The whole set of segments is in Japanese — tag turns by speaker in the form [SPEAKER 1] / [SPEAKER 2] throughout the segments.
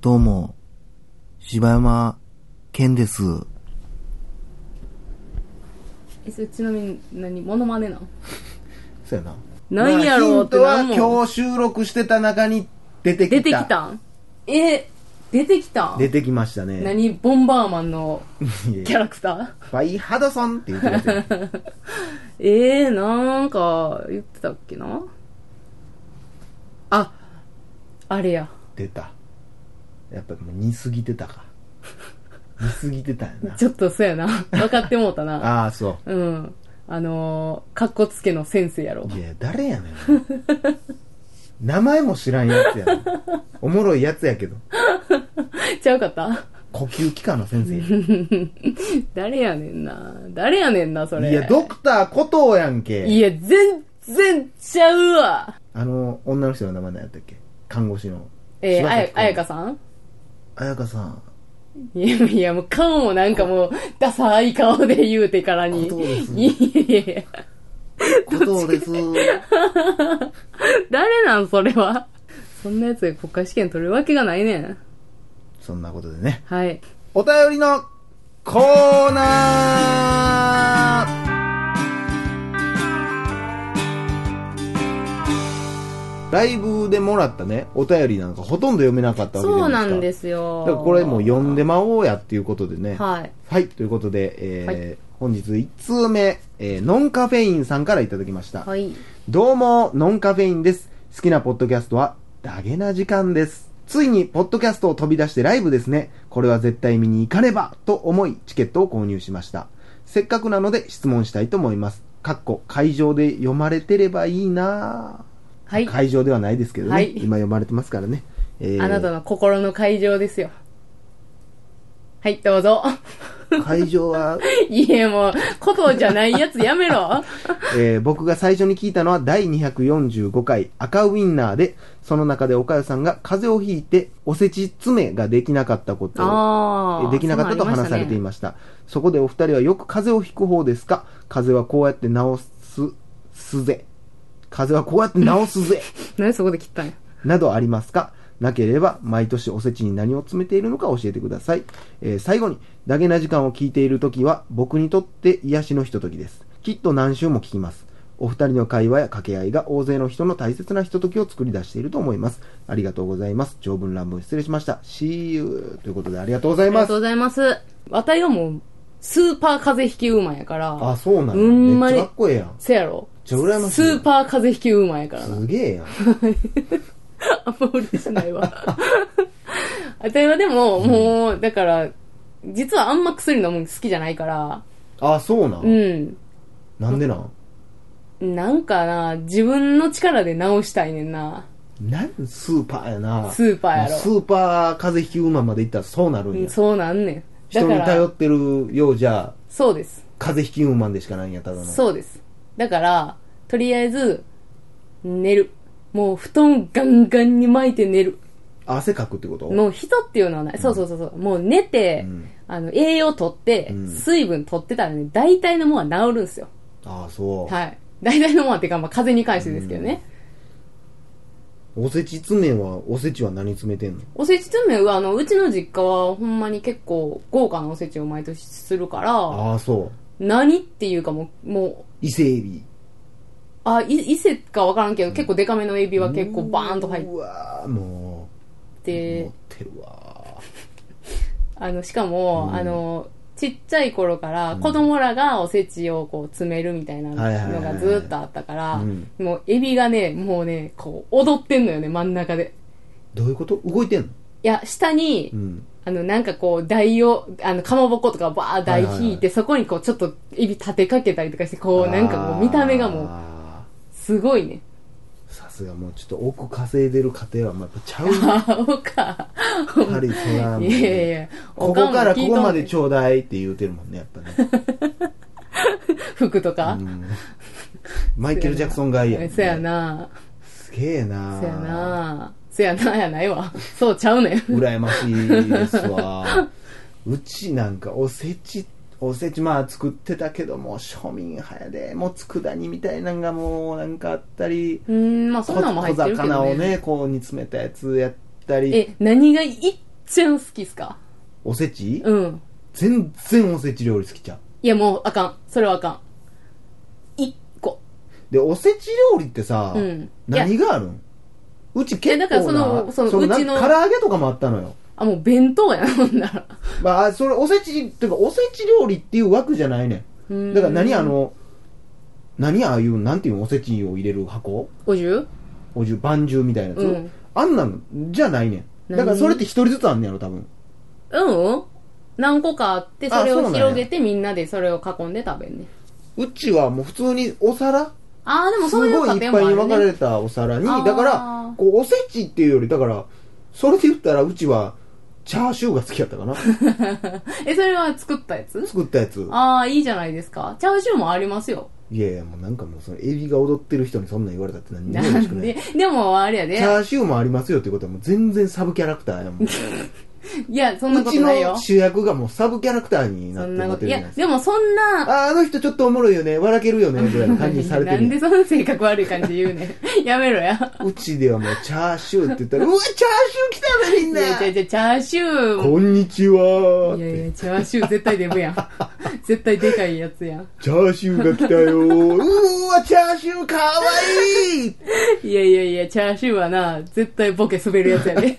[SPEAKER 1] どうも、柴山健です。
[SPEAKER 2] えそれちなみに何モノマネなん
[SPEAKER 1] そうやな。
[SPEAKER 2] なんやろうって
[SPEAKER 1] まあ
[SPEAKER 2] な
[SPEAKER 1] ヒ
[SPEAKER 2] ん
[SPEAKER 1] ントは
[SPEAKER 2] も
[SPEAKER 1] 今日収録してた中に出てきた。
[SPEAKER 2] 出てきたんえ出てきたん
[SPEAKER 1] 出てきましたね。
[SPEAKER 2] 何ボンバーマンの
[SPEAKER 1] いや
[SPEAKER 2] キャラクタ
[SPEAKER 1] バイハドソンって言ってるやつや
[SPEAKER 2] ーえー、なんか言ってたっけなああれや
[SPEAKER 1] 出た。やっぱもう似すぎてたか。似すぎてたんやな。
[SPEAKER 2] ちょっとそうやな分かってもうたな
[SPEAKER 1] ああ、そ
[SPEAKER 2] うんあのー、かっこつけの先生やろ
[SPEAKER 1] う。いや、誰やねん。名前も知らんやつやな。おもろいやつやけど。
[SPEAKER 2] ちゃうかった
[SPEAKER 1] 呼吸器科の先生。
[SPEAKER 2] 誰やねんな誰やねんなそれ
[SPEAKER 1] いや、ドクターコトーやんけ。
[SPEAKER 2] いや全然ちゃうわ
[SPEAKER 1] あの、女の人の名前何やったっけ看護師の。
[SPEAKER 2] えー、
[SPEAKER 1] 柴
[SPEAKER 2] あや
[SPEAKER 1] 咲コウ
[SPEAKER 2] あやかさん
[SPEAKER 1] 彩香さ ん。
[SPEAKER 2] いや、いや、もう顔もなんかもう、ダサい顔で言うてからに。
[SPEAKER 1] ことです
[SPEAKER 2] いやいやいや
[SPEAKER 1] コトーです。
[SPEAKER 2] 誰なん、それは。そんなやつで国家試験取るわけがないねん。
[SPEAKER 1] そんなことでね。
[SPEAKER 2] はい。
[SPEAKER 1] お便りのコーナーライブでもらったね、お便りなんかほとんど読めなかったわけじ
[SPEAKER 2] そ
[SPEAKER 1] ゃ
[SPEAKER 2] う
[SPEAKER 1] なで
[SPEAKER 2] ない
[SPEAKER 1] すか。
[SPEAKER 2] んですよ。
[SPEAKER 1] だからこれもう読んでまおうやっていうことでね。
[SPEAKER 2] はい。
[SPEAKER 1] はい、ということで、えー
[SPEAKER 2] はい
[SPEAKER 1] 本日1通目、えーノンカフェインさんからいただきました。
[SPEAKER 2] はい。
[SPEAKER 1] どうも、ノンカフェインです。好きなポッドキャストは、ダゲな時間です。ついに、ポッドキャストを飛び出してライブですね。これは絶対見に行かねばと思い、チケットを購入しました。せっかくなので質問したいと思います。かっこ、会場で読まれてればいいなぁ
[SPEAKER 2] はい。
[SPEAKER 1] 会場ではないですけどね。
[SPEAKER 2] はい
[SPEAKER 1] 今読まれてますからね。えー
[SPEAKER 2] あなたの心の会場ですよ。はい、どうぞ。
[SPEAKER 1] 会場は、
[SPEAKER 2] いや、もう、ことじゃないやつや めろ。
[SPEAKER 1] えー僕が最初に聞いたのは第245回赤ウインナーで、その中で岡代さんが風邪をひいて、おせち詰めができなかったことを
[SPEAKER 2] ああ。
[SPEAKER 1] できなかったと話されてい
[SPEAKER 2] す。
[SPEAKER 1] ましたそこでお二人はよく風邪をひく方ですか風邪はこうやって治すすぜ風邪はこうやって治すぜ
[SPEAKER 2] なんでそこで切ったんや。
[SPEAKER 1] などありますかなければ毎年おせちに何を詰めているのか教えてください、えー最後にダゲな時間を聞いている時は僕にとって癒しのひとときですきっと何週も聞きますお二人の会話や掛け合いが大勢の人の大切なひとときを作り出していると思いますありがとうございます長文乱文失礼しました See you ということでありがとうござい
[SPEAKER 2] あり
[SPEAKER 1] ま
[SPEAKER 2] が
[SPEAKER 1] す
[SPEAKER 2] とうございます。わたいはもう、スーパー風邪ひきウーマンやから。
[SPEAKER 1] あ、そうなんや。
[SPEAKER 2] うん
[SPEAKER 1] め
[SPEAKER 2] ま
[SPEAKER 1] っ
[SPEAKER 2] に
[SPEAKER 1] ちゃかっこええやん。
[SPEAKER 2] せやろ
[SPEAKER 1] ちゃ羨ましい
[SPEAKER 2] スーパー風邪ひきウーマンやからな。
[SPEAKER 1] すげえやん。
[SPEAKER 2] あんま嬉しないわ。 あたいはでも、もう、だから、実はあんま薬飲むの好きじゃないから、
[SPEAKER 1] あ、そうなん。
[SPEAKER 2] うん。
[SPEAKER 1] なんでなん
[SPEAKER 2] なんかな、自分の力で治したいねんな。
[SPEAKER 1] なんスーパーやな。
[SPEAKER 2] スーパーやろ
[SPEAKER 1] スーパー風邪ひき馬まで行ったらそうなる
[SPEAKER 2] うん
[SPEAKER 1] や。
[SPEAKER 2] んそうなんねん。だ
[SPEAKER 1] 人
[SPEAKER 2] か
[SPEAKER 1] に頼
[SPEAKER 2] ら、
[SPEAKER 1] ってるようじゃ、
[SPEAKER 2] そうです。
[SPEAKER 1] 風邪ひき馬でしかないんや、ただの。
[SPEAKER 2] そうです。だから、とりあえず、寝る。もう布団ガンガンに巻いて寝る。
[SPEAKER 1] 汗かくってこと
[SPEAKER 2] もう人っていうのはない。そうそうそうそう。もう寝て、
[SPEAKER 1] うん
[SPEAKER 2] あの、栄養取って、
[SPEAKER 1] うん
[SPEAKER 2] 水分取ってたらね、大体のものは治るんですよ。
[SPEAKER 1] あ、そう。
[SPEAKER 2] はい。大体のものはっていうか、まあ、風邪に関してですけどね。
[SPEAKER 1] おせち詰めは、おせちは何詰めてんの
[SPEAKER 2] おせち詰めは、あの、うちの実家はほんまに結構豪華なおせちを毎年するから、
[SPEAKER 1] ああ、そう。
[SPEAKER 2] 何っていうかもう、もう、
[SPEAKER 1] 伊勢エビ。
[SPEAKER 2] あ、い伊勢かわからんけど、結構デカめのエビは結構バーンと入っ
[SPEAKER 1] うわーもう、
[SPEAKER 2] て
[SPEAKER 1] 持っ、てるわ
[SPEAKER 2] あの、しかも、あの、ちっちゃい頃から子供らがおせちをこう詰めるみたいな
[SPEAKER 1] はいはいはい
[SPEAKER 2] のがずっとあったから
[SPEAKER 1] うん、
[SPEAKER 2] もうエビがね、もうね、こう踊ってんのよね、真ん中で。
[SPEAKER 1] どういうこと動いてんの
[SPEAKER 2] いや、下に、
[SPEAKER 1] うん。
[SPEAKER 2] あの、なんかこう、台を、あの、かまぼことかバー台
[SPEAKER 1] はいはい
[SPEAKER 2] 引いて、そこにこう、ちょっと、エビ立てかけたりとかして、こう、なんかこう、見た目がもう、
[SPEAKER 1] う、
[SPEAKER 2] すごいね。
[SPEAKER 1] さすがもうちょっと奥稼いでる家庭はまた ちゃうや
[SPEAKER 2] あ、おか。
[SPEAKER 1] っぱりそら
[SPEAKER 2] いやいやいや、
[SPEAKER 1] ここ
[SPEAKER 2] おかんも
[SPEAKER 1] からこ
[SPEAKER 2] 聞い
[SPEAKER 1] こと
[SPEAKER 2] ん
[SPEAKER 1] までちょうだいって言うてるもんねやっぱね、
[SPEAKER 2] 服とか
[SPEAKER 1] う。ん、マイケル・ジャクソンがいいやん、ね、
[SPEAKER 2] そやな
[SPEAKER 1] すげえな
[SPEAKER 2] そやなそやなやないわ。そうちゃうねん。
[SPEAKER 1] 羨ましいですわうちなんかおせちおせちまあ作ってたけども庶民派やでもう佃煮みたいなんがもうなんかあったり
[SPEAKER 2] うーん、まあそんなんも
[SPEAKER 1] 小
[SPEAKER 2] 入ってるけ
[SPEAKER 1] 魚
[SPEAKER 2] ど
[SPEAKER 1] を
[SPEAKER 2] ね。
[SPEAKER 1] ねこう煮詰めたやつやったり
[SPEAKER 2] え、何がいっちゃん好きっすか
[SPEAKER 1] おせち、
[SPEAKER 2] うん。
[SPEAKER 1] 全然おせち料理好きちゃう
[SPEAKER 2] いやもうあかん。それはあかん。一個。
[SPEAKER 1] でおせち料理ってさ、
[SPEAKER 2] うん
[SPEAKER 1] 何があるんうち結構
[SPEAKER 2] いや
[SPEAKER 1] な
[SPEAKER 2] だからそのそのうちの
[SPEAKER 1] なんか唐揚げとかもあったのよ
[SPEAKER 2] あ、もう弁当やな、ほんなら。
[SPEAKER 1] まあそれおせちっていうかおせち料理っていう枠じゃないね
[SPEAKER 2] うー
[SPEAKER 1] ん
[SPEAKER 2] ん
[SPEAKER 1] だから何あの何ああいうなんていうのおせちを入れる箱
[SPEAKER 2] お重
[SPEAKER 1] お重ばんじゅうみたいなやつ、
[SPEAKER 2] うん
[SPEAKER 1] あんなのじゃないねん
[SPEAKER 2] 何
[SPEAKER 1] だからそれって一人ずつあんねやろ多分
[SPEAKER 2] うん何個かあって、それ
[SPEAKER 1] あそうな
[SPEAKER 2] を
[SPEAKER 1] んや
[SPEAKER 2] 広げてみんなでそれを囲んで食べんね。
[SPEAKER 1] うちはもう普通にお皿
[SPEAKER 2] ああ、でも
[SPEAKER 1] す
[SPEAKER 2] そ
[SPEAKER 1] ご
[SPEAKER 2] う
[SPEAKER 1] い
[SPEAKER 2] いう
[SPEAKER 1] い
[SPEAKER 2] 家
[SPEAKER 1] っ
[SPEAKER 2] 庭
[SPEAKER 1] ぱい
[SPEAKER 2] も
[SPEAKER 1] に
[SPEAKER 2] あ
[SPEAKER 1] 分
[SPEAKER 2] る
[SPEAKER 1] か
[SPEAKER 2] ね
[SPEAKER 1] れ。たお皿に
[SPEAKER 2] あー
[SPEAKER 1] だからこうおせちっていうよりだからそれで言ったらうちはチャーシューが好きやったかな
[SPEAKER 2] え、それは作ったやつ
[SPEAKER 1] 作ったやつ
[SPEAKER 2] ああ、いいじゃないですか。チャーシューもありますよ。
[SPEAKER 1] いやいやもうなんかもうそのエビが踊ってる人にそんなん言われたって何にも
[SPEAKER 2] な
[SPEAKER 1] 嬉しく
[SPEAKER 2] ん
[SPEAKER 1] ない
[SPEAKER 2] で、でもあれや
[SPEAKER 1] チ
[SPEAKER 2] で。
[SPEAKER 1] ャーシューもありますよってことはもう全然サブキャラクターや もんう
[SPEAKER 2] いや、そんなこと
[SPEAKER 1] ち
[SPEAKER 2] ないよ
[SPEAKER 1] の。主役がもうサブキャラクターにな
[SPEAKER 2] そ
[SPEAKER 1] っても
[SPEAKER 2] んな
[SPEAKER 1] ら
[SPEAKER 2] こ
[SPEAKER 1] って
[SPEAKER 2] と。
[SPEAKER 1] るじゃ
[SPEAKER 2] い
[SPEAKER 1] ない
[SPEAKER 2] や
[SPEAKER 1] で、すか
[SPEAKER 2] でもそんな、
[SPEAKER 1] あーあの人ちょっとおもろいよね笑けるよねぐらいの感じにされて
[SPEAKER 2] なんで
[SPEAKER 1] る
[SPEAKER 2] その性格悪い感じで言うねん。 やめろや。
[SPEAKER 1] うちではもうチャーシューって言ったら「うわチャーシュー来たねみん
[SPEAKER 2] い
[SPEAKER 1] な!
[SPEAKER 2] や、じゃじゃチャーシュ」ー。
[SPEAKER 1] こんにちは!」っ
[SPEAKER 2] い
[SPEAKER 1] て
[SPEAKER 2] やいや、チャーシュー絶対デブやん。絶対でかいやつやん。
[SPEAKER 1] チャーシューが来た よーうーわ、チャーシューかわいい
[SPEAKER 2] いやいやいや、チャーシューはな、絶対ボケ滑るやつ やで。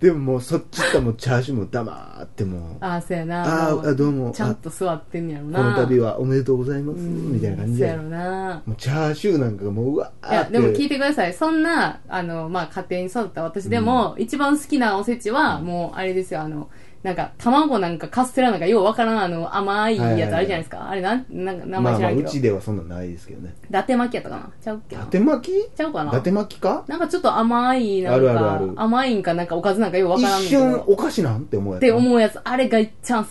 [SPEAKER 1] でももうそっち行ったらもうチャーシューも黙ってもう、
[SPEAKER 2] ああ、そうやな。
[SPEAKER 1] あ
[SPEAKER 2] も
[SPEAKER 1] ーあ、どうも、
[SPEAKER 2] ちゃん
[SPEAKER 1] あ
[SPEAKER 2] と座ってんやろ
[SPEAKER 1] こ
[SPEAKER 2] な。
[SPEAKER 1] の度はおめでとうございます、みたいな感じ
[SPEAKER 2] そう
[SPEAKER 1] で
[SPEAKER 2] や。ろな。
[SPEAKER 1] もうチャーシューなんかがもう、うわ
[SPEAKER 2] い
[SPEAKER 1] ー
[SPEAKER 2] や、
[SPEAKER 1] って。
[SPEAKER 2] でも聞いてください。そんな、あの、まあ、家庭に育った私でも、一番好きなおせちは、もう、あれですよ、あの、なんか、卵なんかカステラなんか、ようわからん、あの、甘いやつあるじゃないですか。あれ、なん、なんか、名
[SPEAKER 1] ま
[SPEAKER 2] 前
[SPEAKER 1] あ
[SPEAKER 2] 知
[SPEAKER 1] ま
[SPEAKER 2] ら
[SPEAKER 1] あ、
[SPEAKER 2] んけ
[SPEAKER 1] う
[SPEAKER 2] ど。
[SPEAKER 1] ち
[SPEAKER 2] 伊
[SPEAKER 1] ではそんなんないですけどね。
[SPEAKER 2] 達巻きやったかなちゃうっけ
[SPEAKER 1] 伊
[SPEAKER 2] な
[SPEAKER 1] 達巻き伊
[SPEAKER 2] ちゃうかな
[SPEAKER 1] 達巻きか
[SPEAKER 2] なんかちょっと甘い、なんか、
[SPEAKER 1] あるあるある
[SPEAKER 2] 甘いんか、なんかおかずなんかようわ
[SPEAKER 1] 一
[SPEAKER 2] からんねんけど
[SPEAKER 1] 瞬お菓子なんて思うや
[SPEAKER 2] っ
[SPEAKER 1] つ
[SPEAKER 2] て。思うやつ、あれがいっちゃん好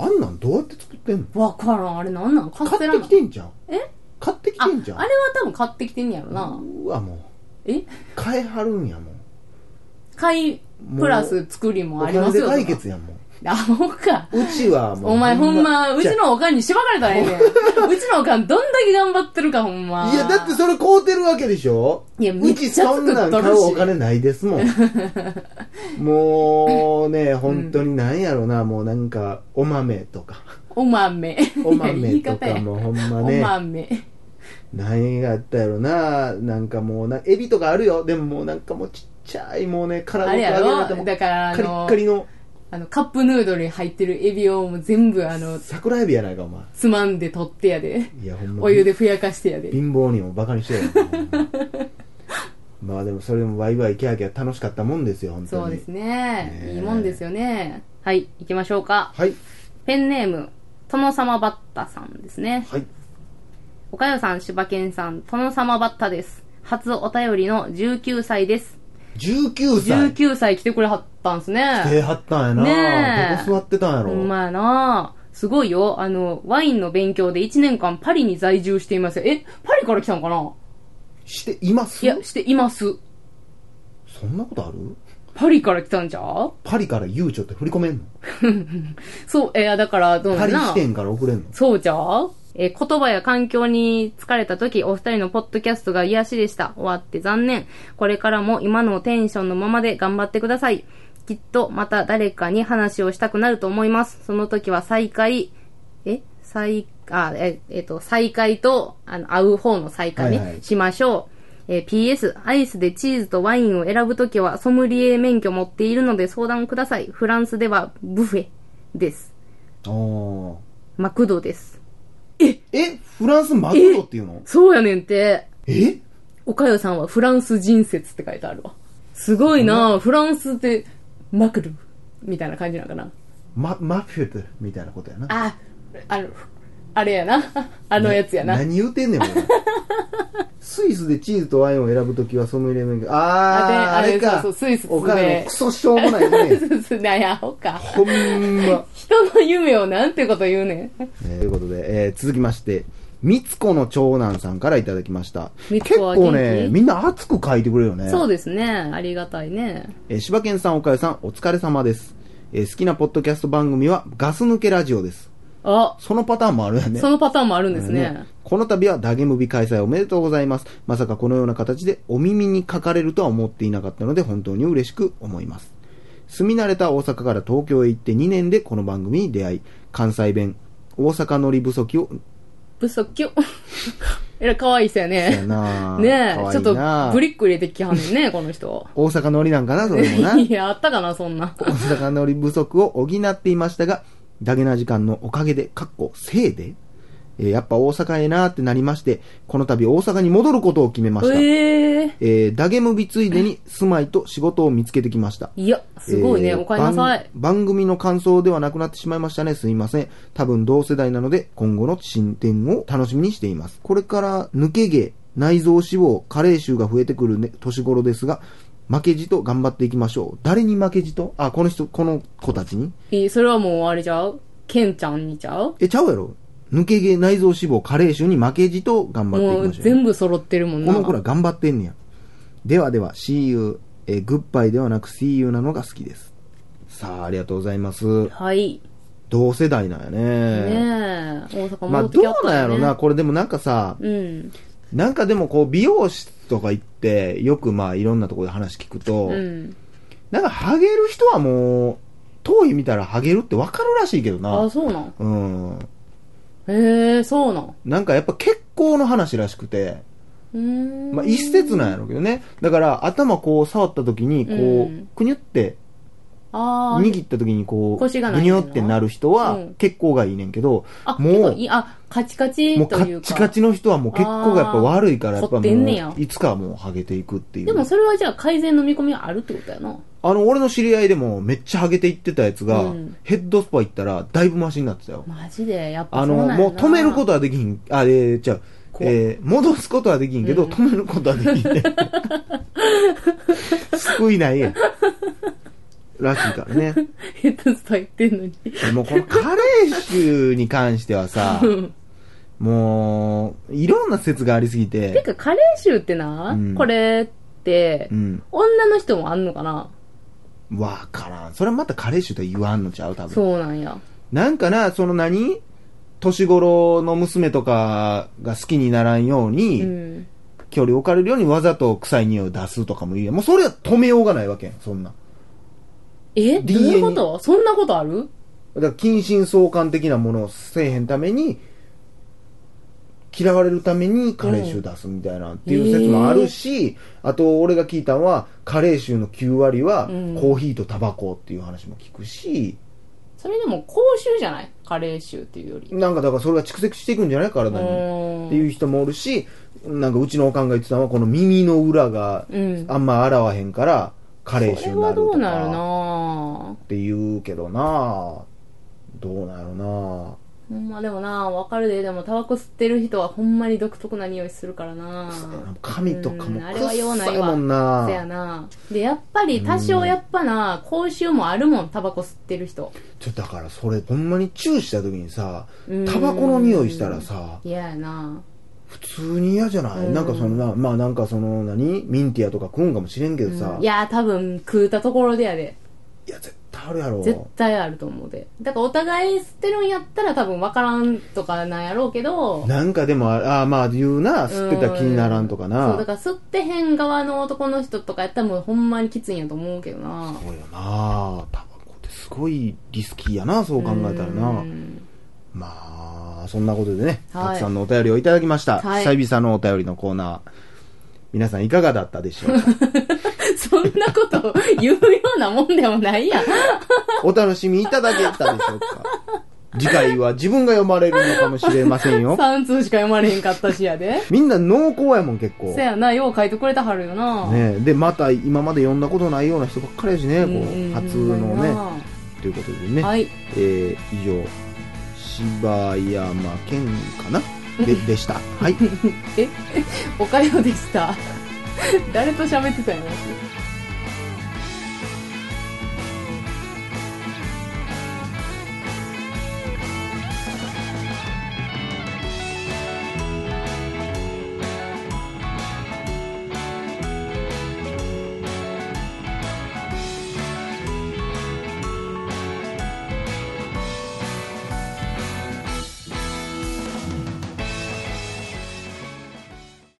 [SPEAKER 1] あんなんどうやって作ってんの
[SPEAKER 2] き。わからん、あれなんなんカステ
[SPEAKER 1] 買っ
[SPEAKER 2] ラ
[SPEAKER 1] て
[SPEAKER 2] な
[SPEAKER 1] きて
[SPEAKER 2] の
[SPEAKER 1] んじゃん。
[SPEAKER 2] え
[SPEAKER 1] 買ってき
[SPEAKER 2] あ、あ
[SPEAKER 1] て
[SPEAKER 2] れ
[SPEAKER 1] んじゃん。
[SPEAKER 2] は多分買ってきてんやろな。
[SPEAKER 1] うわ、もう。
[SPEAKER 2] え
[SPEAKER 1] 買えはるんやもん。
[SPEAKER 2] 買い、プラス作り
[SPEAKER 1] お
[SPEAKER 2] もあり
[SPEAKER 1] 金
[SPEAKER 2] ます
[SPEAKER 1] で
[SPEAKER 2] よ。
[SPEAKER 1] 解決やんもん。
[SPEAKER 2] あ、ほんか。
[SPEAKER 1] うちはもう。
[SPEAKER 2] お前ほんま、う
[SPEAKER 1] じゃ
[SPEAKER 2] ちのおかんにしばかれたら ええねん。うちのおかんどんだけ頑張ってるかほんま。
[SPEAKER 1] いや、だってそれ買うてるわけでしょ
[SPEAKER 2] いやめ
[SPEAKER 1] う
[SPEAKER 2] っち
[SPEAKER 1] ち
[SPEAKER 2] ゃ作っ
[SPEAKER 1] そ
[SPEAKER 2] と
[SPEAKER 1] んなん
[SPEAKER 2] るし
[SPEAKER 1] 買うお金ないですもん。もうね、本当になんやろな、もうなんか、お豆とか、
[SPEAKER 2] お豆。
[SPEAKER 1] お
[SPEAKER 2] いや言
[SPEAKER 1] 豆
[SPEAKER 2] い
[SPEAKER 1] と
[SPEAKER 2] 方や
[SPEAKER 1] かもほんま
[SPEAKER 2] お
[SPEAKER 1] ね、
[SPEAKER 2] 豆。
[SPEAKER 1] 何があったやろな、なんかもうな、エビとかあるよ、でももうなんかもうちっちゃい、もうね、殻ご
[SPEAKER 2] あ
[SPEAKER 1] と
[SPEAKER 2] れ
[SPEAKER 1] 揚げ
[SPEAKER 2] や
[SPEAKER 1] られて
[SPEAKER 2] ろ
[SPEAKER 1] も、
[SPEAKER 2] だからあ
[SPEAKER 1] カリッ
[SPEAKER 2] の
[SPEAKER 1] カ、リの
[SPEAKER 2] あの、カップヌードルに入ってるエビをもう全部あの、
[SPEAKER 1] 桜エビやないか、お前。
[SPEAKER 2] つまんで取ってやで。
[SPEAKER 1] いや、ほんま
[SPEAKER 2] お湯でふやかしてやで。
[SPEAKER 1] 貧乏にもバカにしてるよほん ままあでもそれでもワイワイキャーキャー楽しかったもんですよ、本当に。
[SPEAKER 2] そうです
[SPEAKER 1] ね
[SPEAKER 2] ね。
[SPEAKER 1] え
[SPEAKER 2] いいもんですよね。はい、行きましょうか。
[SPEAKER 1] はい。
[SPEAKER 2] ペンネーム、殿様バッタさんですね。
[SPEAKER 1] はい。
[SPEAKER 2] おかよさん、柴犬さん、殿様バッタです。初お便りの19歳です。
[SPEAKER 1] 19歳。
[SPEAKER 2] 19歳来てくれはったんす
[SPEAKER 1] 手
[SPEAKER 2] ね。
[SPEAKER 1] 張ったんやな。
[SPEAKER 2] ねえ
[SPEAKER 1] どこ座ってたんやろ。
[SPEAKER 2] ほんまやなすごいよ。あの、ワインの勉強で1年間パリに在住しています。え、パリから来たんかな
[SPEAKER 1] しています
[SPEAKER 2] いや、しています。
[SPEAKER 1] そんなことある
[SPEAKER 2] パリから来たんじゃう
[SPEAKER 1] パリからゆうちょって振り込めんの
[SPEAKER 2] そう、えーだから、どうな
[SPEAKER 1] パ
[SPEAKER 2] ん
[SPEAKER 1] リ
[SPEAKER 2] や
[SPEAKER 1] 支
[SPEAKER 2] な
[SPEAKER 1] 店から送れんの
[SPEAKER 2] そうじゃあえー言葉や環境に疲れた時、お二人のポッドキャストが癒しでした。終わって残念。これからも今のテンションのままで頑張ってください。きっとまた誰かに話をしたくなると思います。その時は再会、え再、あ、え、えっと、再会と、あの、会う方の再会ね、
[SPEAKER 1] はいはい
[SPEAKER 2] しましょう。えー PS、アイスでチーズとワインを選ぶときはソムリエ免許持っているので相談ください。フランスではブフェです。
[SPEAKER 1] あ
[SPEAKER 2] マクドです。
[SPEAKER 1] あ。えフランスマグロっていうの
[SPEAKER 2] そうやねんて。
[SPEAKER 1] え
[SPEAKER 2] おかよさんはフランス人説って書いてあるわ。すごいな、フランスって、マクルみたいな感じなんかな。
[SPEAKER 1] マ、マフィューみたいなことやな。
[SPEAKER 2] あ、あの、あれやな。あのやつやな。
[SPEAKER 1] 何言うてんねん、 お前スイスでチーズとワインを選ぶときはソムリエ免許。ああ、あ
[SPEAKER 2] あであれ
[SPEAKER 1] れか。
[SPEAKER 2] そうそうスイス
[SPEAKER 1] お金
[SPEAKER 2] で
[SPEAKER 1] のクソしょうもないね。
[SPEAKER 2] なやほか。
[SPEAKER 1] ほんま。
[SPEAKER 2] 人の夢をなんてこと言うねん。
[SPEAKER 1] えーということで、えー続きまして、みつこの長男さんからいただきました。
[SPEAKER 2] み
[SPEAKER 1] 結
[SPEAKER 2] つこは
[SPEAKER 1] 構ね、
[SPEAKER 2] 元気
[SPEAKER 1] みんな熱く書いてくれるよね。
[SPEAKER 2] そうですね。ありがたいね。
[SPEAKER 1] えー、柴犬さん、岡谷さん、お疲れ様です。えー好きなポッドキャスト番組はガス抜けラジオです。
[SPEAKER 2] あ、
[SPEAKER 1] そのパターンもあるやね。
[SPEAKER 2] そのパターンもあるんですね。
[SPEAKER 1] ねこの度はダゲムビ開催おめでとうございます。まさかこのような形でお耳にかかれるとは思っていなかったので本当に嬉しく思います。住み慣れた大阪から東京へ行って2年でこの番組に出会い、関西弁、大阪乗り不足を、
[SPEAKER 2] ぶそっきょ。 えら、かわいい人や
[SPEAKER 1] や
[SPEAKER 2] ね。
[SPEAKER 1] なぁ
[SPEAKER 2] ね
[SPEAKER 1] か
[SPEAKER 2] え、
[SPEAKER 1] わい
[SPEAKER 2] ちょ
[SPEAKER 1] い
[SPEAKER 2] っと
[SPEAKER 1] な、ぁ
[SPEAKER 2] ブリック入れてきはんねんね、この 人。
[SPEAKER 1] 大阪乗りなんかな、それも な。
[SPEAKER 2] いや、あったかな、そんな。
[SPEAKER 1] 大阪乗り不足を補っていましたが、ダゲな時間のおかげで、かっこ、せいで、えーやっぱ大阪へなーってなりまして、この度大阪に戻ることを決めました。
[SPEAKER 2] ええ
[SPEAKER 1] えーダゲムビついでに住まいと仕事を見つけてきました。
[SPEAKER 2] いや、すごいね、
[SPEAKER 1] えー
[SPEAKER 2] おかえりなさい。
[SPEAKER 1] 番番組の感想ではなくなってしまいましたね。すいません。多分同世代なので、今後の進展を楽しみにしています。これから、抜け毛、内臓脂肪、加齢臭が増えてくる、ね、年頃ですが、負けじと頑張っていきましょう。誰に負けじとあ、この人、この子たちに
[SPEAKER 2] いいそれはもうあれちゃうケンちゃんにちゃう
[SPEAKER 1] え、ちゃうやろ抜け毛、内臓脂肪、加齢臭に負けじと頑張ってい
[SPEAKER 2] も
[SPEAKER 1] き
[SPEAKER 2] う
[SPEAKER 1] ましょうよ。
[SPEAKER 2] 全部揃ってるもん
[SPEAKER 1] こ
[SPEAKER 2] な。
[SPEAKER 1] の子ら頑張ってんねや。ではでは、See you、えー、グッバイではなく See you なのが好きです。さあ、ありがとうございます。
[SPEAKER 2] はい。
[SPEAKER 1] 同世代なんや
[SPEAKER 2] ねえ
[SPEAKER 1] ね。、
[SPEAKER 2] 大阪
[SPEAKER 1] まあ、
[SPEAKER 2] 戻
[SPEAKER 1] ど
[SPEAKER 2] ってき
[SPEAKER 1] う
[SPEAKER 2] はった
[SPEAKER 1] なんやろ
[SPEAKER 2] ね
[SPEAKER 1] な。。これでもなんかさ、
[SPEAKER 2] うん。
[SPEAKER 1] なんかでもこう、美容室とか行って、よくまあ、いろんなところで話聞くと、
[SPEAKER 2] うん。
[SPEAKER 1] なんか、ハゲる人はもう、遠い見たらハゲるってわかるらしいけど
[SPEAKER 2] あ、
[SPEAKER 1] な。
[SPEAKER 2] そうなん。
[SPEAKER 1] うん。
[SPEAKER 2] へえ、そうなん。う
[SPEAKER 1] なんかやっぱ結構の話らしくて、
[SPEAKER 2] ーん。
[SPEAKER 1] まあ、一説なんやろうけどね。だから、頭こう触った時に、こ
[SPEAKER 2] うん
[SPEAKER 1] う、くにゅって、
[SPEAKER 2] ああ。
[SPEAKER 1] 握った時にこう、
[SPEAKER 2] 腰がな
[SPEAKER 1] ぐ
[SPEAKER 2] い
[SPEAKER 1] にゅってなる人は
[SPEAKER 2] うん、
[SPEAKER 1] 血行がいいねんけど、
[SPEAKER 2] あ、
[SPEAKER 1] もう
[SPEAKER 2] 結構いいあ、カチカ
[SPEAKER 1] も
[SPEAKER 2] チ
[SPEAKER 1] う
[SPEAKER 2] と
[SPEAKER 1] カ
[SPEAKER 2] い
[SPEAKER 1] ッ
[SPEAKER 2] うか。
[SPEAKER 1] チカチの人はもう血行がやっぱ悪いから、
[SPEAKER 2] あー
[SPEAKER 1] やっぱも
[SPEAKER 2] 凝ってんねや
[SPEAKER 1] う、いつかはもうハゲていくっていう。
[SPEAKER 2] でもそれはじゃあ改善の見込みがあるってことやな。
[SPEAKER 1] あの、俺の知り合いでもめっちゃハゲていってたやつが、
[SPEAKER 2] うん
[SPEAKER 1] ヘッドスパ行ったら、だいぶマシになってたよ。
[SPEAKER 2] マジで、やっぱ
[SPEAKER 1] あ
[SPEAKER 2] そう
[SPEAKER 1] の、
[SPEAKER 2] なんやな
[SPEAKER 1] もう止めることはできひん、あ、えー、じゃあ
[SPEAKER 2] 怖っ
[SPEAKER 1] えー、戻すことはできひんけど、
[SPEAKER 2] うん
[SPEAKER 1] 止めることはできひん ね。救いないやん。らしいからね。
[SPEAKER 2] ヘッドスパ言ってんのに。
[SPEAKER 1] もうこの加齢臭に関してはさ、もう、いろんな説がありすぎ
[SPEAKER 2] て
[SPEAKER 1] て、
[SPEAKER 2] か、加齢臭ってな、
[SPEAKER 1] うん
[SPEAKER 2] これって、
[SPEAKER 1] うん。
[SPEAKER 2] 女の人もあんのかな
[SPEAKER 1] わからん。それはまた加齢臭とは言わんのちゃう多分。
[SPEAKER 2] そうなんや。
[SPEAKER 1] なんかな、その何年頃の娘とかが好きにならんように、
[SPEAKER 2] うん。
[SPEAKER 1] 距離置かれるようにわざと臭い匂いを出すとかも言うやんもうそれは止めようがないわけやん、そんな。
[SPEAKER 2] え
[SPEAKER 1] DNA
[SPEAKER 2] どういうことそんなことある
[SPEAKER 1] だから、近親相関的なものをせえへんために、嫌われるために加齢臭出すみたいなっていう説もあるし、あと俺が聞いたのは、加齢臭の9割は
[SPEAKER 2] うん
[SPEAKER 1] コーヒーとタバコっていう話も聞くし、
[SPEAKER 2] それでも口臭じゃない加齢臭っていうより。
[SPEAKER 1] なんかだからそれが蓄積していくんじゃない体
[SPEAKER 2] う
[SPEAKER 1] に。
[SPEAKER 2] ーん
[SPEAKER 1] っていう人もおるし、なんかうちのおかんが言ってたのは、この耳の裏が
[SPEAKER 2] うん。
[SPEAKER 1] あんま洗わへんから、加齢
[SPEAKER 2] そ
[SPEAKER 1] 臭
[SPEAKER 2] れ
[SPEAKER 1] にな
[SPEAKER 2] は
[SPEAKER 1] ると
[SPEAKER 2] ど
[SPEAKER 1] か。
[SPEAKER 2] うなるな
[SPEAKER 1] って言うけどなどうなるな
[SPEAKER 2] ほんまでもなわかるで。でも、タバコ吸ってる人はほんまに独特な匂いするからな
[SPEAKER 1] 髪とかも
[SPEAKER 2] うん
[SPEAKER 1] く
[SPEAKER 2] あ
[SPEAKER 1] っ
[SPEAKER 2] れはような
[SPEAKER 1] さ
[SPEAKER 2] い
[SPEAKER 1] い
[SPEAKER 2] わ
[SPEAKER 1] もんな
[SPEAKER 2] そやなで、やっぱり、多少やっぱな、口臭もあるもん、タバコ吸ってる人。
[SPEAKER 1] ちょだからそれほんまにチューした時にさ
[SPEAKER 2] うん
[SPEAKER 1] タバコの匂いしたらさ
[SPEAKER 2] 嫌やな
[SPEAKER 1] 普通に嫌じゃない、
[SPEAKER 2] うん
[SPEAKER 1] なんかそのなまあなんかその何ミンティアとか食うんかもしれんけどさ、
[SPEAKER 2] うんい
[SPEAKER 1] いや
[SPEAKER 2] やー多分食うたところでやで
[SPEAKER 1] 絶対あるやろ
[SPEAKER 2] 絶対あると思うでだからお互い吸ってるんやったら多分分からんとかなんやろうけど
[SPEAKER 1] なんかでもああまあ言うな吸ってたら気にならんとかな、
[SPEAKER 2] そうだから吸ってへん側の男の人とかやったらもうほんまにきついんやと思うけどな
[SPEAKER 1] そうよなタバコってすごいリスキーやなそう考えたらな、
[SPEAKER 2] うん
[SPEAKER 1] まあ、そんなことでね、
[SPEAKER 2] はい
[SPEAKER 1] たくさんのお便りをいただきました。
[SPEAKER 2] はい
[SPEAKER 1] 久々のお便りのコーナー。皆さんいかがだったでしょう か
[SPEAKER 2] そんなこと言うようなもんでもないやん
[SPEAKER 1] お楽しみいただけたでしょうか次回は自分が読まれるのかもしれませんよ。
[SPEAKER 2] 3通しか読まれへんかったしやで
[SPEAKER 1] みんな濃厚やもん結構。
[SPEAKER 2] そ
[SPEAKER 1] ね
[SPEAKER 2] やなよう書いてくれたはるよな
[SPEAKER 1] えで、また今まで読んだことないような人ばっかりやしね、こ
[SPEAKER 2] うん
[SPEAKER 1] う、初のね、ということでね、
[SPEAKER 2] はい
[SPEAKER 1] えー、以上、柴山健かなで、でした。はい。
[SPEAKER 2] えおかよでした誰と喋ってたんやろ